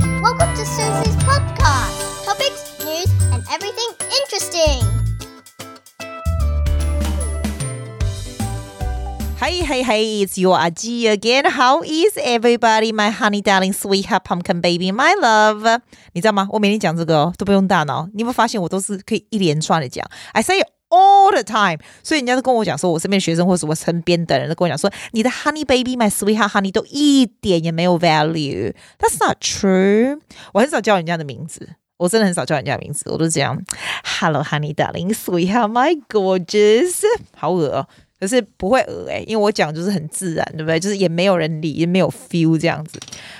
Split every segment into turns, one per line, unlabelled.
to Susie's podcast. Topics, news, and everything interesting.
Hey, hey, hey, it's your Aji again. How is everybody, my honey darling, sweetheart, pumpkin baby, my love? 你知道吗？我每天讲这个哦都不用大脑，你有没有发现我都是可以一连串的讲？I say it all the time，所以人家都跟我讲说，我身边的学生或者我身边的人都跟我讲说，你的 honey baby, my sweetheart, honey 都一点也没有 value。That's not true。我很少叫人家的名字。我真的很少叫人家的名字，我都这样。Hello, honey, darling, sweetheart, my gorgeous，好恶哦、可是不会恶哎、因为我讲就是很自然，对不对？就是也没有人理，也没有 feel 这样子。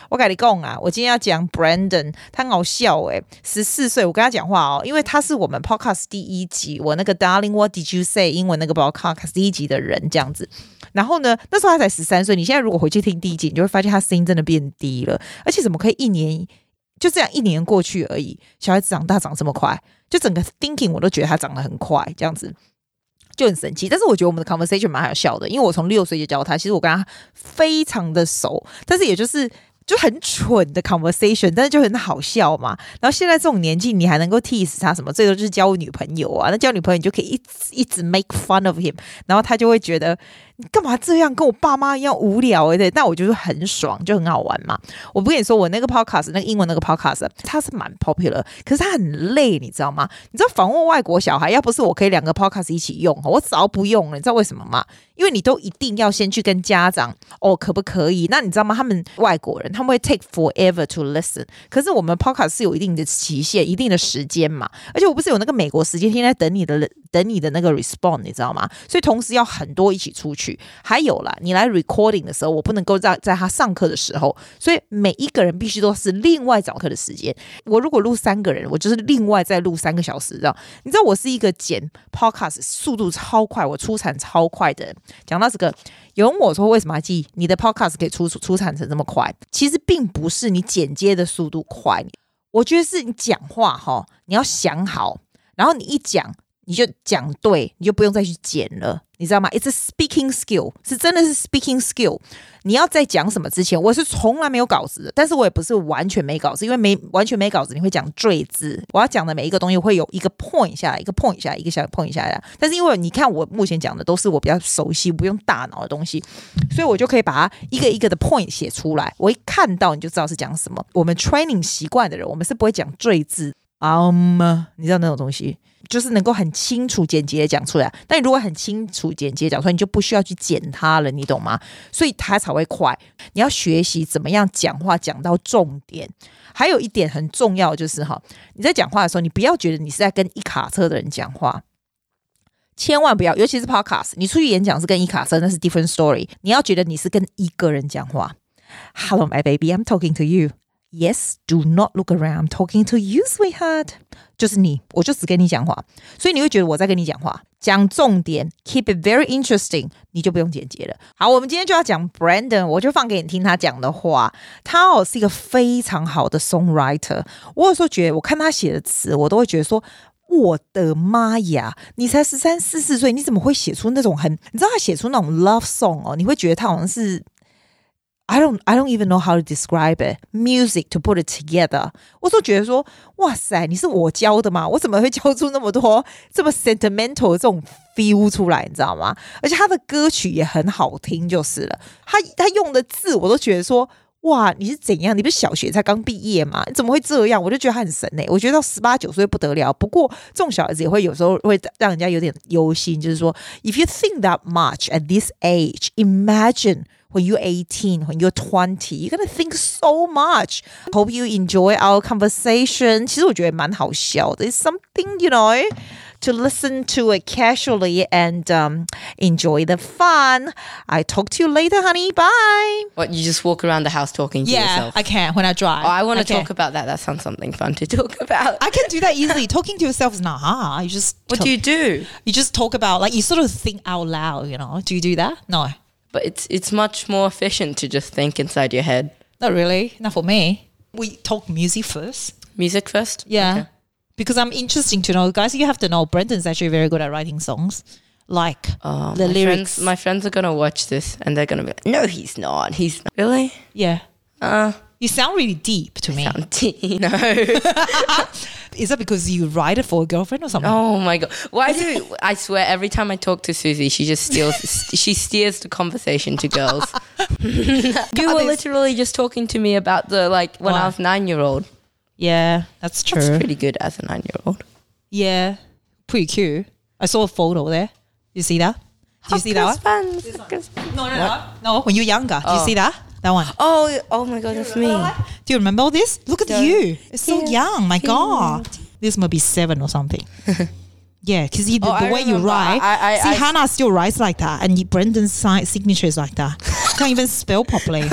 我跟你讲啊，我今天要讲 Brandon，他很好笑哎、十四岁，我跟他讲话哦，因为他是我们 podcast 第一集，我那个 Darling What Did You Say 英文那个 podcast 第一集的人这样子。然后呢，那时候他才十三岁，你现在如果回去听第一集，你就会发现他声音真的变低了，而且怎么可以一年就这样一年过去而已，小孩子长大长这么快，就整个 thinking 我都觉得他长得很快这样子。就很神奇。但是我觉得我们的 conversation 蛮好笑的，因为我从六岁就教他，其实我跟他非常的熟，但是也就是。就很蠢的 conversation，但是就很好笑嘛。然后现在这种年纪，你还能够 tease 他什么？最多就是交女朋友啊。那交女朋友，你就可以一直一直 make fun of him，然后他就会觉得你干嘛这样，跟我爸妈一样无聊哎、欸。但我就是很爽，就很好玩嘛。我不跟你说，我那个 podcast，那个英文那个 podcast，它是蛮 popular，可是它很累，你知道吗？你知道访问外国小孩，要不是我可以两个 podcast 一起用，我早不用了。你知道为什么吗？因为你都一定要先去跟家长哦，可不可以？那你知道吗？他们外国人他们会 take forever to listen，可是我们 podcast 是有一定的期限、一定的时间嘛。而且我不是有那个美国时间，天天在等你的等你的那个 response，你知道吗？所以同时要很多一起出去。还有啦，你来 recording 的时候，我不能够在在他上课的时候，所以每一个人必须都是另外找课的时间。我如果录三个人，我就是另外再录三个小时这样。你知道我是一个剪 podcast 速度超快，我出产超快的人。讲到这个，有人问我说为什么阿记你的 podcast 可以出出产成这么快？其实并不是你剪接的速度快，我觉得是你讲话哈，你要想好，然后你一讲你就讲对，你就不用再去剪了，你知道吗？It's a speaking skill，是真的是 speaking skill。你要在讲什么之前，我是从来没有稿子的，但是我也不是完全没稿子，因为没完全没稿子，你会讲赘字。我要讲的每一个东西会有一个 point 下来，一个 point 下来，一个小 point 下来。但是因为你看我目前讲的都是我比较熟悉、不用大脑的东西，所以我就可以把它一个一个的 point 写出来。我一看到你就知道是讲什么。我们 training 习惯的人，我们是不会讲赘字。嗯、你知道那种东西，就是能够很清楚、简洁的讲出来。但如果很清楚、简洁地讲出来，你就不需要去剪它了，你懂吗？所以它才会快。你要学习怎么样讲话讲到重点。还有一点很重要就是哈，你在讲话的时候，你不要觉得你是在跟一卡车的人讲话。千万不要，尤其是 podcast，你出去演讲是跟一卡车，那是 different story。你要觉得你是跟一个人讲话。Hello, my baby, I'm talking to you. Yes, do not look around. I'm talking to you, sweetheart. 就是你，我就只跟你讲话，所以你会觉得我在跟你讲话，讲重点，keep it very interesting，你就不用简洁了。好，我们今天就要讲 Brandon，我就放给你听他讲的话。他哦是一个非常好的 songwriter，我有时候觉得我看他写的词，我都会觉得说。我的妈呀！你才十三四四岁，你怎么会写出那种很？你知道他写出那种 love song 哦，你会觉得他好像是 I don't I don't even know how to describe it. Music to put it together. 我都觉得说，哇塞，你是我教的吗？我怎么会教出那么多 这么 sentimental 的这种 feel 出来？你知道吗？而且他的歌曲也很好听，就是了。他他用的字，我都觉得说。哇，你是怎样？你不是小学才刚毕业吗？你怎么会这样？我就觉得他很神呢、我觉得到十八九岁不得了。不过这种小孩子也会有时候会让人家有点忧心，就是说，if you think that much at this age, imagine when you're 18, when you're 20, you're gonna think so much. Hope you enjoy our conversation. 其实我觉得蛮好笑的。It's something you know to listen to it casually and um, enjoy the fun. I talk to you later, honey. Bye.
What you just walk around the house talking to yourself?
I can when I drive.
oh, I want to
Okay.
talk about that. That sounds something fun to talk about.
I can do that easily. Talking to yourself is not hard. You just
what
talk-
do you do?
you just talk about like you sort of think out loud. You know? Do you do that? No,
But it's it's much more efficient to just think inside your head.
not really. Not for me. We talk music first.
Music first.
Yeah.
Okay.
Because I'm interesting to know, guys. You have to know Brendan's actually very good at writing songs, like
Oh,
the
my
lyrics.
Friends, my friends are gonna watch this and they're gonna be like, "No, he's not. He's not. really."
yeah,
Uh,
you You sound really deep to me.
no.
Is that because you write it for a girlfriend or something?
Oh my god! Why do I swear every time I talk to Susie, she just steals. she steers the conversation to girls. you were literally just talking to me about the like when I
Why?
was nine year old.
Yeah, that's true.
That's pretty good as a nine year old.
yeah, pretty cute. I saw a photo there. You see that? Do you see that? one? No, no, no. No, when you're younger. Do you see that? That one.
Oh, oh my god, that's me.
Do you remember all this? Look at you. It's so
Yeah.
young. My God. This must be seven or something. yeah, because the,
Oh, I
the way you
remember.
write.
I- I-
see,
I-
Hannah still writes like that, and you- Brendan's si- signature is like that. Can't even spell properly.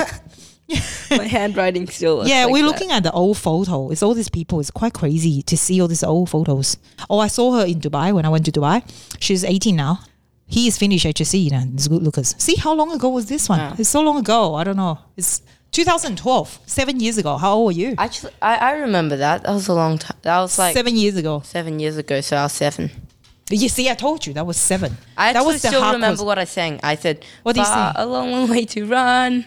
My handwriting still. Looks
yeah,
like
we're
that.
looking at the old photo. It's all these people. It's quite crazy to see all these old photos. Oh, I saw her in Dubai when I went to Dubai. She's 18 now. He is finished HSC, you know, it's good Lucas. See, how long ago was this one?
Yeah.
It's so long ago. I don't know. It's 2012, seven years ago. How old were you?
Actually, I, I remember that. That was a long time. That was like seven,
seven years ago.
years ago. So I was seven.
You see, I told you that was seven.
I
that
actually
was
still
hard
remember
close.
what I sang. I said,
What did you
"Far,
sing?
A long, long way to run."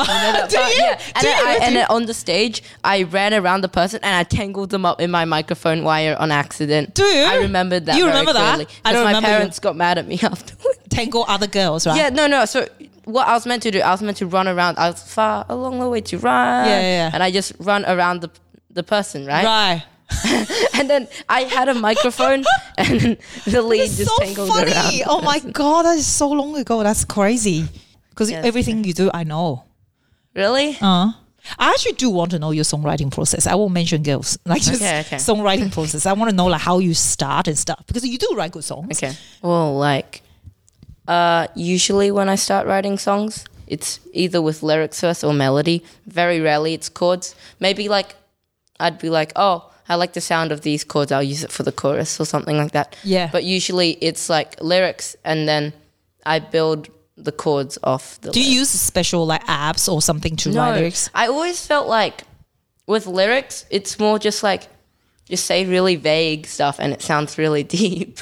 do
But,
you?
yeah, and
do
then,
you?
I,
do
and
you?
then on the stage, I ran around the person and I tangled them up in my microphone wire on accident.
Do you?
I remembered that.
You
very
remember that?
clearly,
I don't
'cause
remember
My
you.
parents got mad at me afterwards.
tangle other girls, right?
Yeah, no, no. So what I was meant to do, I was meant to run around. I was far a long, long way to run.
Yeah, yeah, yeah.
And I just run around the the person, right?
right.
And then I had a microphone, and the lead
It's
just
so
tangled
funny.
around.
Oh my god, that is so long ago. That's crazy. Because
Yes.
everything you do, I know.
Really?
Uh, I actually do want to know your songwriting process. I won't mention girls, like just
Okay, okay.
songwriting process. I want to know like how you start and stuff because you do write good songs.
Okay. Well, like, uh, usually when I start writing songs, it's either with lyrics first or melody. Very rarely it's chords. Maybe like, I'd be like, oh, I like the sound of these chords. I'll use it for the chorus or something like that.
Yeah.
But usually it's like lyrics, and then I build the chords off the.
Do
lyrics.
you use special like apps or something to
No,
write lyrics?
I always felt like with lyrics, it's more just like. Just say really vague stuff and it sounds really deep.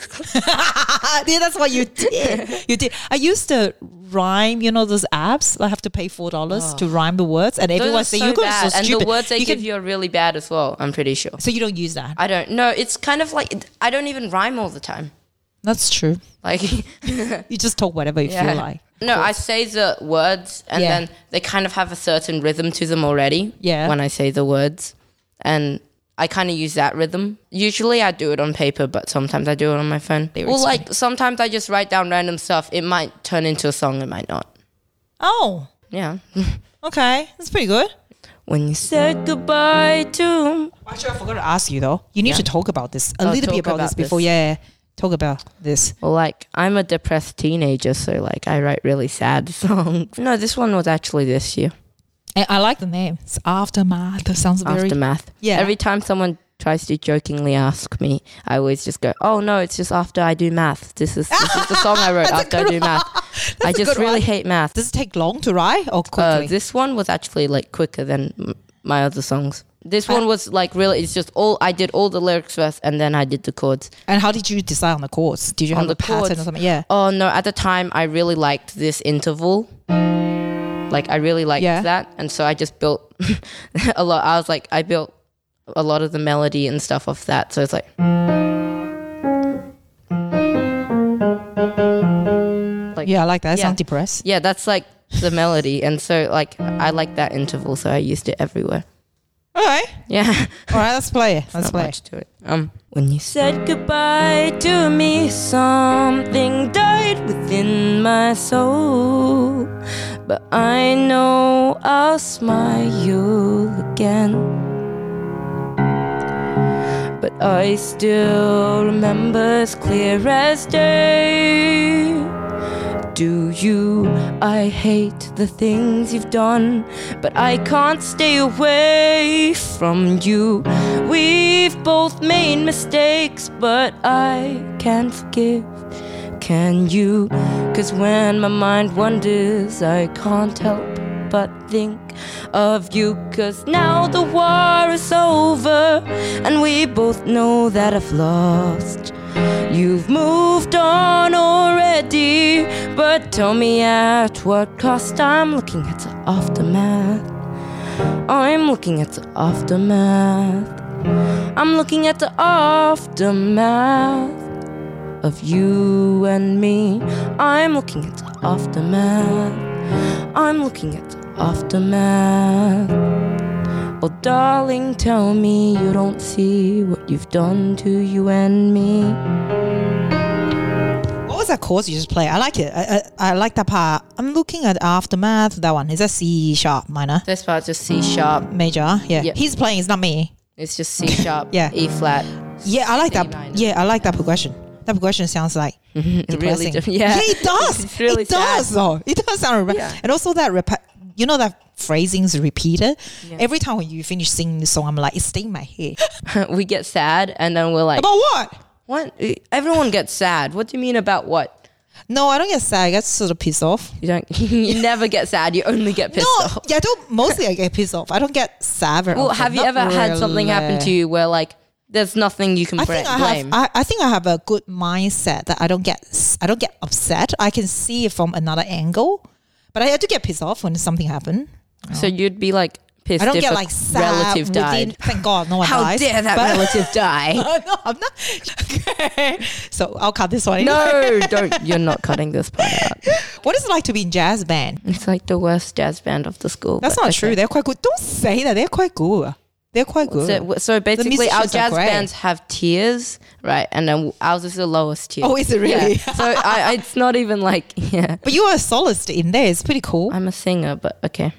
Ah, yeah, that's what you did. you did. I used to rhyme, you know, those apps. I have to pay four dollars to rhyme the words, and
Oh. Those
everyone
are
say
so
you guys are
bad.
so
and
stupid.
the words they
You
give
can-
you are really bad as well. I'm pretty sure.
so you don't use that.
I don't know. It's kind of like I don't even rhyme all the time.
That's true.
Like
You just talk whatever you
yeah.
feel like.
no, I say the words and
Yeah.
then they kind of have a certain rhythm to them already.
Yeah.
When I say the words, and I kind of use that rhythm. Usually I do it on paper, but sometimes I do it on my phone. well, like sometimes I just write down random stuff. It might turn into a song. It might not.
Oh,
Yeah.
okay, that's pretty good.
when you said goodbye to
Actually, I forgot to ask you though. You need to talk about this a
Oh,
little bit
talk
about,
about
this before.
this.
Yeah, yeah. talk about this.
Well, like I'm a depressed teenager, so like I write really sad songs. No, this one was actually this year.
I, I like the name. It's aftermath. That sounds very.
aftermath.
Yeah.
Every time someone tries to jokingly ask me, I always just go, "Oh no, it's just after I do math. This is this is the song I wrote after I do math. I just
good one.
really hate math."
Does it take long to write or quickly?
Uh, this one was actually like quicker than m- my other songs. This one was like really. It's just all I did all the lyrics first, and then I did the chords.
and how did you decide on the course? Did you
On
have
the
a pattern
chords.
or something? Yeah.
Oh no, at the time I really liked this interval. Like I really liked
Yeah.
that. And so I just built a lot I was like I built a lot of the melody and stuff off that. So it's like Like
Yeah, I like that. It
Yeah.
sounds depressed.
yeah, that's like the melody. And so like I like that interval, so I used it everywhere.
All right.
Yeah.
All right, let's play. Let's
not
play.
much to it. Um, when you said goodbye to me, something died within my soul. But I know I'll smile again. But I still remember as clear as day. Do you? I hate the things you've done, but I can't stay away from you. We've both made mistakes, but I can forgive. Can you? Cause when my mind wanders, I can't help but think of you. Cause now the war is over, and we both know that I've lost. You've moved on already, but tell me at what cost I'm looking at the aftermath. I'm looking at the aftermath. I'm looking at the aftermath of you and me. I'm looking at the aftermath. I'm looking at the aftermath. Oh, darling, tell me you don't see what you've done to you and me.
What was that chorus you just played? I like it. I, I, I like that part. I'm looking at aftermath. That one is that C sharp minor,
This part's just C sharp.
major. Yeah,
Yep.
he's playing. It's not me.
It's just C sharp,
Yeah.
E flat.
Yeah, I like
C minor.
that. Yeah, I like that progression. That progression sounds like
It really,
depressing.
do- yeah.
it does.
It's really
it does
sad.
though. It does sound. Re-
Yeah.
And also that repa- you know that phrasing's repeated.
Yeah.
Every time when you finish singing the song, I'm like, it's staying in my head.
we get sad and then we're like,
About what?
what? Everyone gets sad. What do you mean about what?
No, I don't get sad. I get sort of pissed off.
You don't. You never get sad. You only get pissed
no,
off.
yeah, I don't. Mostly, I get pissed off. I don't get sad. Very
Well,
often.
have you
Not
ever had something happen
really.
to you where like there's nothing you can
I
bra-
think I
blame?
have. I, I think I have a good mindset that I don't get. s- I don't get upset. I can see it from another angle, but I, I do get pissed off when something happened.
so you'd be like pissed
Oh. I don't
if
get
a
like sad
relative
within-
died.
Thank God, no one
How
dies.
dare that
but-
relative die?
no, I'm not. Okay. So I'll cut this one.
No, don't. You're not cutting this part out.
What is it like to be in jazz band?
It's like the worst jazz band of the school.
That's
but
not
okay.
true. They're quite good. Don't say that. They're quite good. They're quite good.
So, so basically, our
musicians are
jazz
great.
bands have tiers, right? And then ours is the lowest tier.
Oh, is it really?
Yeah. So I, I- it's not even like, yeah,
But you are a soloist in there. It's pretty cool.
I'm a singer, but okay.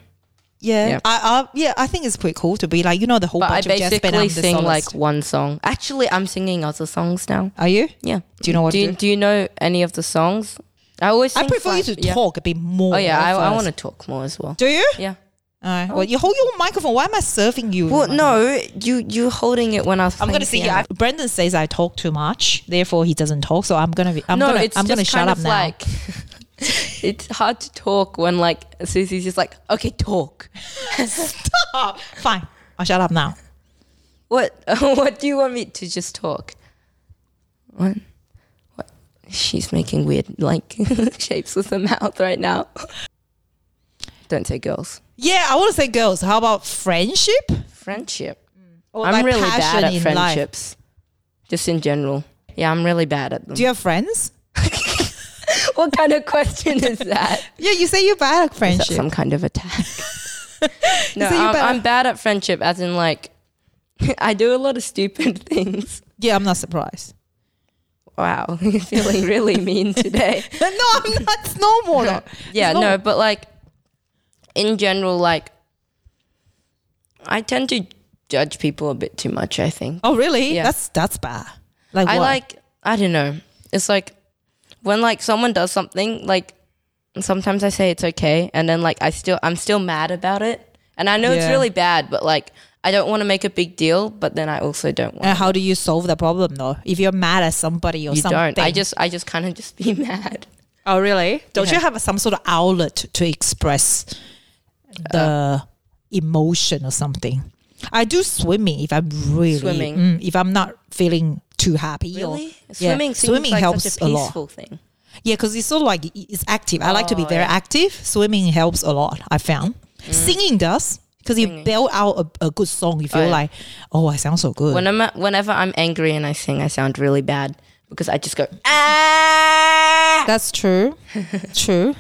yeah.
yeah.
I, I, yeah. I think it's pretty cool to be like you know the whole
But I
bunch of jazz band. I'm
basically
the
sing
soloist.
like one song. Actually, I'm singing other songs now.
Are you?
Yeah.
Do you know what
Do
to
you,
do?
do you know any of the songs? I always.
I
sing
prefer you
flat-
to
yeah.
talk a bit more.
Oh yeah, I, I want to
to.
talk more as well.
Do you?
Yeah.
All right. Well, you hold your microphone. Why am I serving you?
Well, no, you you holding it when I was.
I'm
playing
gonna see.
piano.
I, Brendan says I talk too much, therefore he doesn't talk. So I'm gonna. Be, I'm
no,
gonna.
it's
I'm
just
gonna shut
kind
up
of
now.
like. it's hard to talk when like Susie's just like, okay, talk.
Stop. Fine. I'll shut up now.
What what do you want me to just talk? What? What? She's making weird like shapes with her mouth right now. Don't say girls.
Yeah, I want to say girls. How about friendship?
Friendship.
Or
Oh, I'm
like
really
passion
bad
in
at
Life?
friendships. Just in general. Yeah, I'm really bad at them.
Do you have friends?
what kind of question is that?
Yeah, you say you're bad at
Is that
friendship.
some kind of attack? no,
So you're
I'm,
bad at-
I'm bad at friendship, as in like, I do a lot of stupid things.
yeah, I'm not surprised.
Wow, you're feeling really mean today.
no, I'm not snowboarder.
yeah,
It's
no,
not-
but like in general, like I tend to judge people a bit too much. I think
Oh, really?
Yeah.
That's that's bad. Like
I
what?
like I don't know. It's like when like someone does something like sometimes I say it's okay, and then like I still I'm still mad about it, and I know it's
Yeah.
really bad, but like I don't want to make a big deal, but then I also don't want.
And how do you solve the problem though? If you're mad at somebody or
You
something,
don't. I just I just kind of just be mad.
Oh, really? Don't
Yeah.
you have some sort of outlet to express the Uh, emotion or something? I do swimming if I'm really
Swimming.
Mm, if I'm not feeling too happy. Or, yeah,
Swimming seems
swimming
like
helps
such a
a, lot.
peaceful thing.
Yeah, because it's sort of like i- it's active. I like to be
Oh,
very
yeah. Mm.
active. Swimming helps a lot. I found singing does because you belt out a, a good song. You feel
yeah.
like, oh, I sound so good.
When I'm, whenever I'm angry and I sing, I sound really bad because I just go, ah!
That's true. true.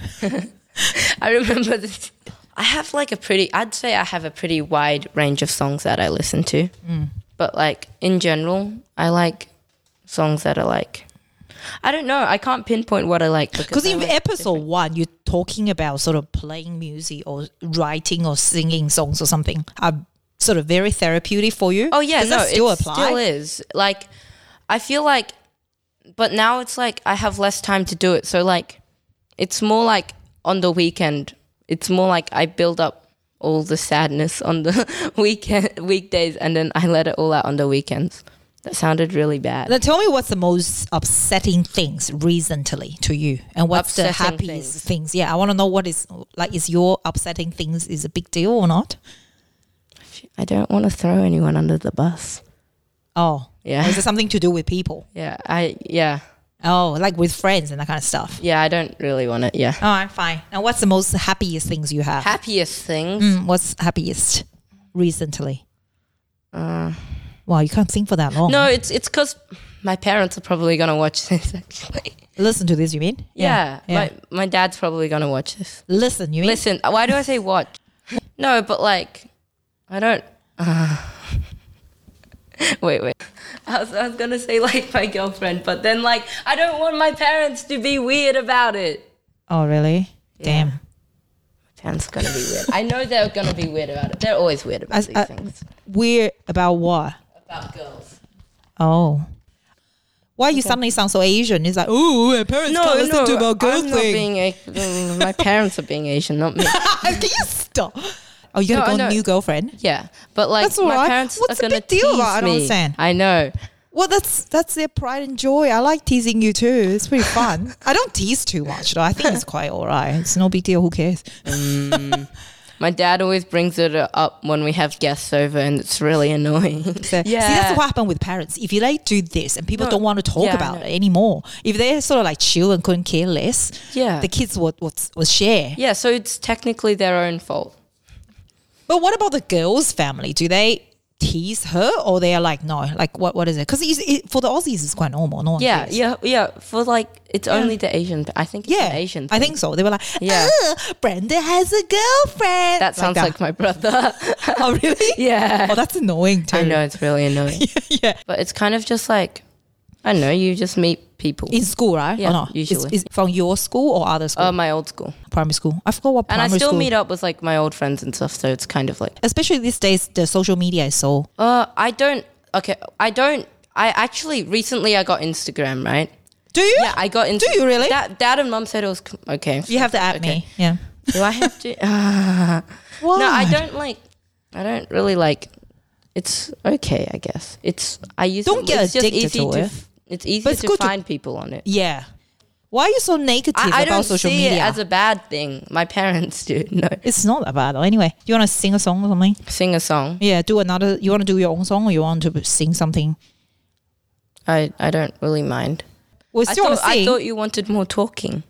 I remember this. I have like a pretty, I'd say I have a pretty wide range of songs that I listen to. But like in general, I like songs that are like, I don't know. I can't pinpoint what I like because
Because
I
in
like-
episode one, you're talking about sort of playing music or writing or singing songs or something are sort of very therapeutic for you.
Oh yeah,
Does
no,
that still
it
apply?
still is. Like, I feel like, but now it's like I have less time to do it. So like, it's more like on the weekend. It's more like I build up all the sadness on the weekend weekdays, and then I let it all out on the weekends. That sounded really bad.
now tell me what's the most upsetting things recently to you, and what's the
Upsetting
happiest things? Yeah, I want to know what is like. Is your upsetting things is a big deal or not?
I don't want to throw anyone under the bus.
Oh,
Yeah.
is it something to do with people?
Yeah, I yeah.
Oh, like with friends and that kind of stuff.
Yeah, I don't really want it. Yeah.
All right, fine. Now, what's the most happiest things you have?
Happiest things.
Mm, what's happiest recently? wow, you can't think for that long.
Uh, No, it's it's because my parents are probably gonna watch this. Actually,
Listen to this, you mean?
yeah,
yeah.
My my dad's probably gonna watch this.
Listen, you mean?
Listen, uh, why do I say watch? No, but like, I don't. Uh, wait, wait. I was, I was gonna say like my girlfriend, but then like I don't want my parents to be weird about it.
Oh, really? Damn.
My parents are gonna be weird. I know they're gonna be weird about it. They're always weird about
I-
these
I-
things
We're about what?
about girls.
Oh. Why you suddenly sound so Asian? It's like, oh, my parents can't listen to about girl
I'm not
thing.
being. A, mm, my parents are being Asian, not me.
Can you stop? Oh, you
No,
gotta
I
go
know.
new girlfriend?
Yeah, but like
That's all
my
right.
parents
What's
are
the
gonna
big deal
tease
about it? I don't
me.
understand.
I know.
Well, that's that's their pride and joy. I like teasing you too. It's pretty fun. I don't tease too much though. I think it's quite all right. It's no big deal. Who cares?
My dad always brings it up when we have guests over, and it's really annoying.
So, See, that's what happened with parents. If you like do this and people
No.
don't want to talk
Yeah, I
about
know.
it anymore, if they're sort of like chill and couldn't care less,
Yeah.
the kids would, would, would share.
yeah, so it's technically their own fault.
But what about the girl's family? Do they tease her or they are like, no, like what, what is it? Because it, for the Aussies, it's quite normal. No one
Yeah,
cares.
yeah, yeah. For like, it's only the Asian. I think it's
Yeah,
an Asian.
I
thing.
think so. They were like,
Yeah.
"Ugh, Brenda has a girlfriend.
that sounds like, my brother.
oh, really?
yeah,
Oh, that's annoying too.
I know it's really annoying,
yeah.
but it's kind of just like I don't know. You just meet people.
In school, right?
Yeah,
or no? It's-
usually.
it's from your school or other school?
Uh, my old school,
primary school. I forgot what
and
primary
I still
school.
meet up with like my old friends and stuff. So it's kind of like.
Especially these days, the social media is so.
Uh, I don't. Okay, I don't. I actually recently I got Instagram, right?
Do you?
Yeah, I got Instagram.
you really?
Dad, dad and mum said it was c- okay.
you have to add me. Yeah.
Do I have to?
Why?
no, I don't like. I don't really like. It's okay, I guess. It's I use.
Don't get
it's just
addicted
easy
to it.
f- It's easy
But it's
to
good to-
find people on it.
Yeah. Why are you so negative
I, I
about
don't
social
see
media?
it as a bad thing. My parents do. No,
it's not that bad. though. Anyway, you want to sing a song or something?
sing a song.
Yeah, do another. You want to do your own song or you want to sing something?
I I don't really mind.
Well,
I
still want
thought,
to
I
sing.
thought you wanted more talking.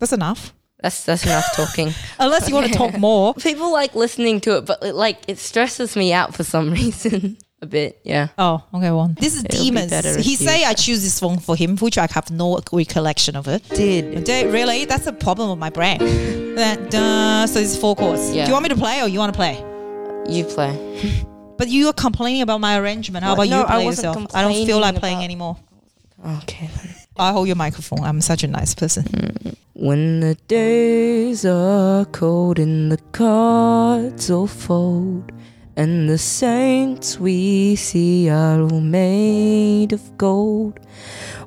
That's enough.
That's that's enough talking.
Unless you want to talk more.
People like listening to it, but it, like it stresses me out for some reason a bit. Yeah.
Oh, okay. Well, this is
be
demons.
better
He
if you-
say I choose this song for him, which I have no recollection of it.
Did
Do really? That's a problem with my brain. That, duh, so it's four chords.
Yeah.
Do you want me to play or you want to play?
you play?
But you are complaining about my arrangement. How
What?
about
No,
you play
I wasn't
yourself? I don't feel like
complaining
playing anymore.
about- Okay.
I hold your microphone. I'm such a nice person.
When the days are cold and the cards all fold, and the saints we see are all made of gold.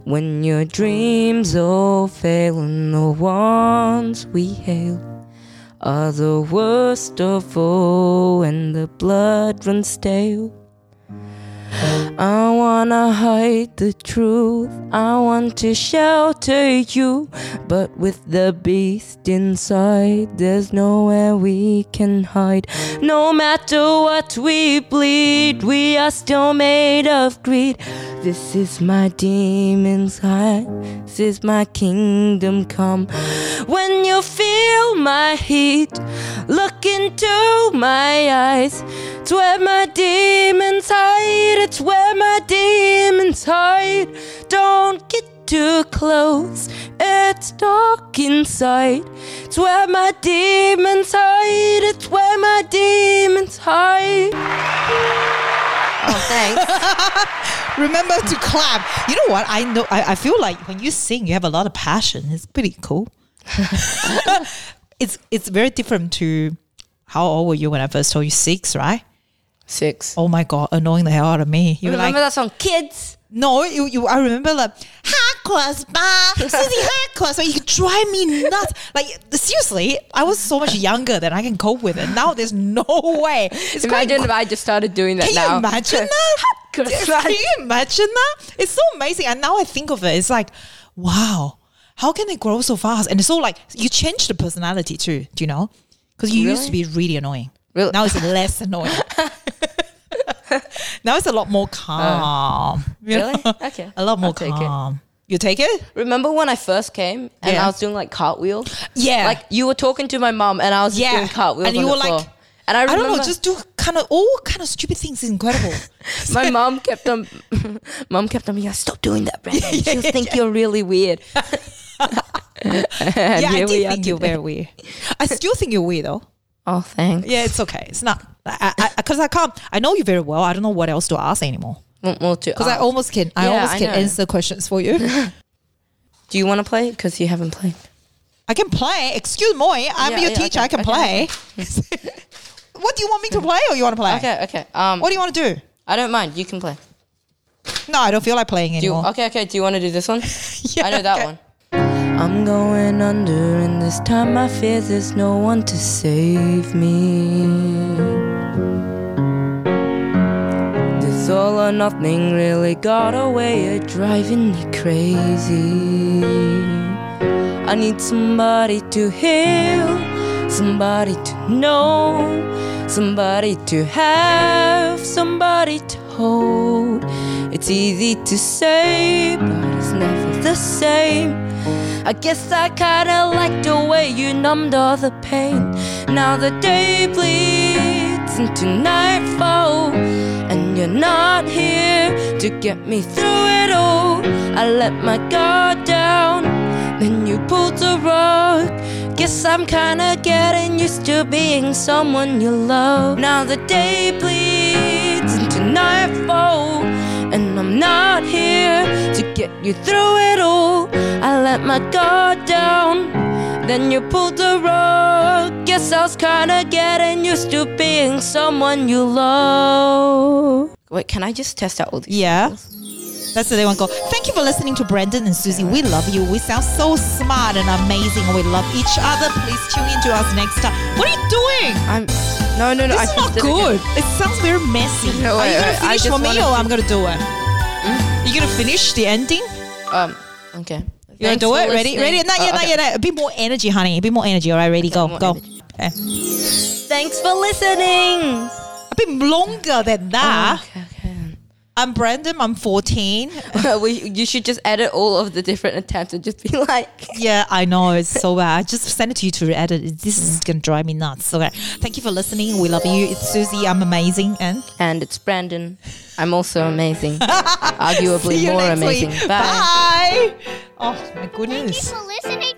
When your dreams all fail and the ones we hail are the worst of all, and the blood runs stale. I wanna hide the truth, I want to shelter you, but with the beast inside, there's nowhere we can hide. No matter what we bleed, we are still made of greed. This is my demon's high, this is my kingdom come. When you feel my heat, look into my eyes. It's where my demons hide. It's where my demons hide. Don't get too close. It's dark inside. It's where my demons hide. It's where my demons hide. Oh, thanks.
Remember to clap. You know what? I know. I, I feel like when you sing, you have a lot of passion. It's pretty cool. it's it's very different to how old were you when I first told you six, right?
Six.
Oh my god, annoying the hell out of me. You were
Remember
like,
that song, Kids?
no, you, you. I remember like hardcore bar, Susie hardcore. So you could drive me nuts. Like seriously, I was so much younger than I can cope with it. Now there's no way. It's quite
Imagine if I just started doing that
Can
now.
you imagine that?
Good
Can you imagine that? It's so amazing. And now I think of it, it's like, wow, how can it grow so fast? And it's all like you change the personality too. Do you know? Because you used to be really annoying.
Really?
Now it's less annoying. now it's a lot more calm. you
really?
know?
Oh. Okay.
A lot more
I'll take it.
calm. You take it?
Remember when I first came and
Yeah.
I was doing like cartwheels?
Yeah.
Like you were talking to my mom and I was just
Yeah.
doing cartwheels.
And
on
you
the
were like-
floor. and I
I
remember
don't know, just do kind of all kind of stupid things is incredible.
my mom kept on, mom kept on being like, "Stop doing that, Brandon. She'll think you're really weird." and
yeah, I
here
do
we are
think you're
today.
very weird. I still think you're weird though.
Oh, thanks.
Yeah, it's okay. It's not because I, I, 'cause I can't. I know you very well. I don't know what else to ask anymore.
Want more to
Because I
ask?
almost can. I
Oh. Yeah,
almost
I
can
know.
answer questions for you.
Do you want to play? Because you haven't played.
I can play. Excuse me. I'm
Yeah,
your
yeah,
teacher.
okay,
I can
okay,
play. what do you want me to play, or you want to play?
Okay, okay. Um,
What do you want to do?
I don't mind. You can play.
No, I don't feel like playing
Do you,
anymore.
okay, okay. Do you want to do this one?
Yeah,
I know that
okay.
one. I'm going under, and this time I fear there's no one to save me. This all or nothing really got a way of driving me crazy. I need somebody to heal, somebody to know, somebody to have, somebody to hold. It's easy to say, but it's never the same. I guess I kinda like the way you numbed all the pain. Now the day bleeds into nightfall, and you're not here to get me through it all. I let my guard down, then you pulled the rug. Guess I'm kinda getting used to being someone you love. Now the day bleeds into nightfall, and I'm not here to get you through it all. I let my guard down, then you pulled the rug. Guess I was kinda getting used to being someone you love. Wait, can I just test out all these?
Yeah. That's the day one go. Thank you for listening to Brandon and Susie. We love you. We sound so smart and amazing. We love each other. Please tune in to us next time. What are you doing?
I'm. No, no, no.
This is not good. It sounds very messy.
No,
Are
wait,
you gonna
wait, I
finish
just Hmm?
for me
wanna
or I'm gonna do it? You gonna finish the ending?
Um. Okay.
You gonna do it? Ready? Ready? Not
Uh,
yet,
Oh,
not yet. not yet. A bit more energy, honey. A bit more energy. All right, ready? Go,
more
go.
energy.
Okay.
Thanks for listening.
A bit longer than that.
Oh, Okay, okay.
I'm Brandon. I'm 14.
we, you should just edit all of the different attempts and just be like.
Yeah, I know. It's so bad. Just send it to you to edit. This is going to drive me nuts. Okay. Thank you for listening. We love you. It's Susie. I'm amazing. And
and it's Brandon. I'm also amazing, arguably
see you
more
next
amazing.
week.
Bye.
Bye. Oh, my
Thank you
goodness.
for listening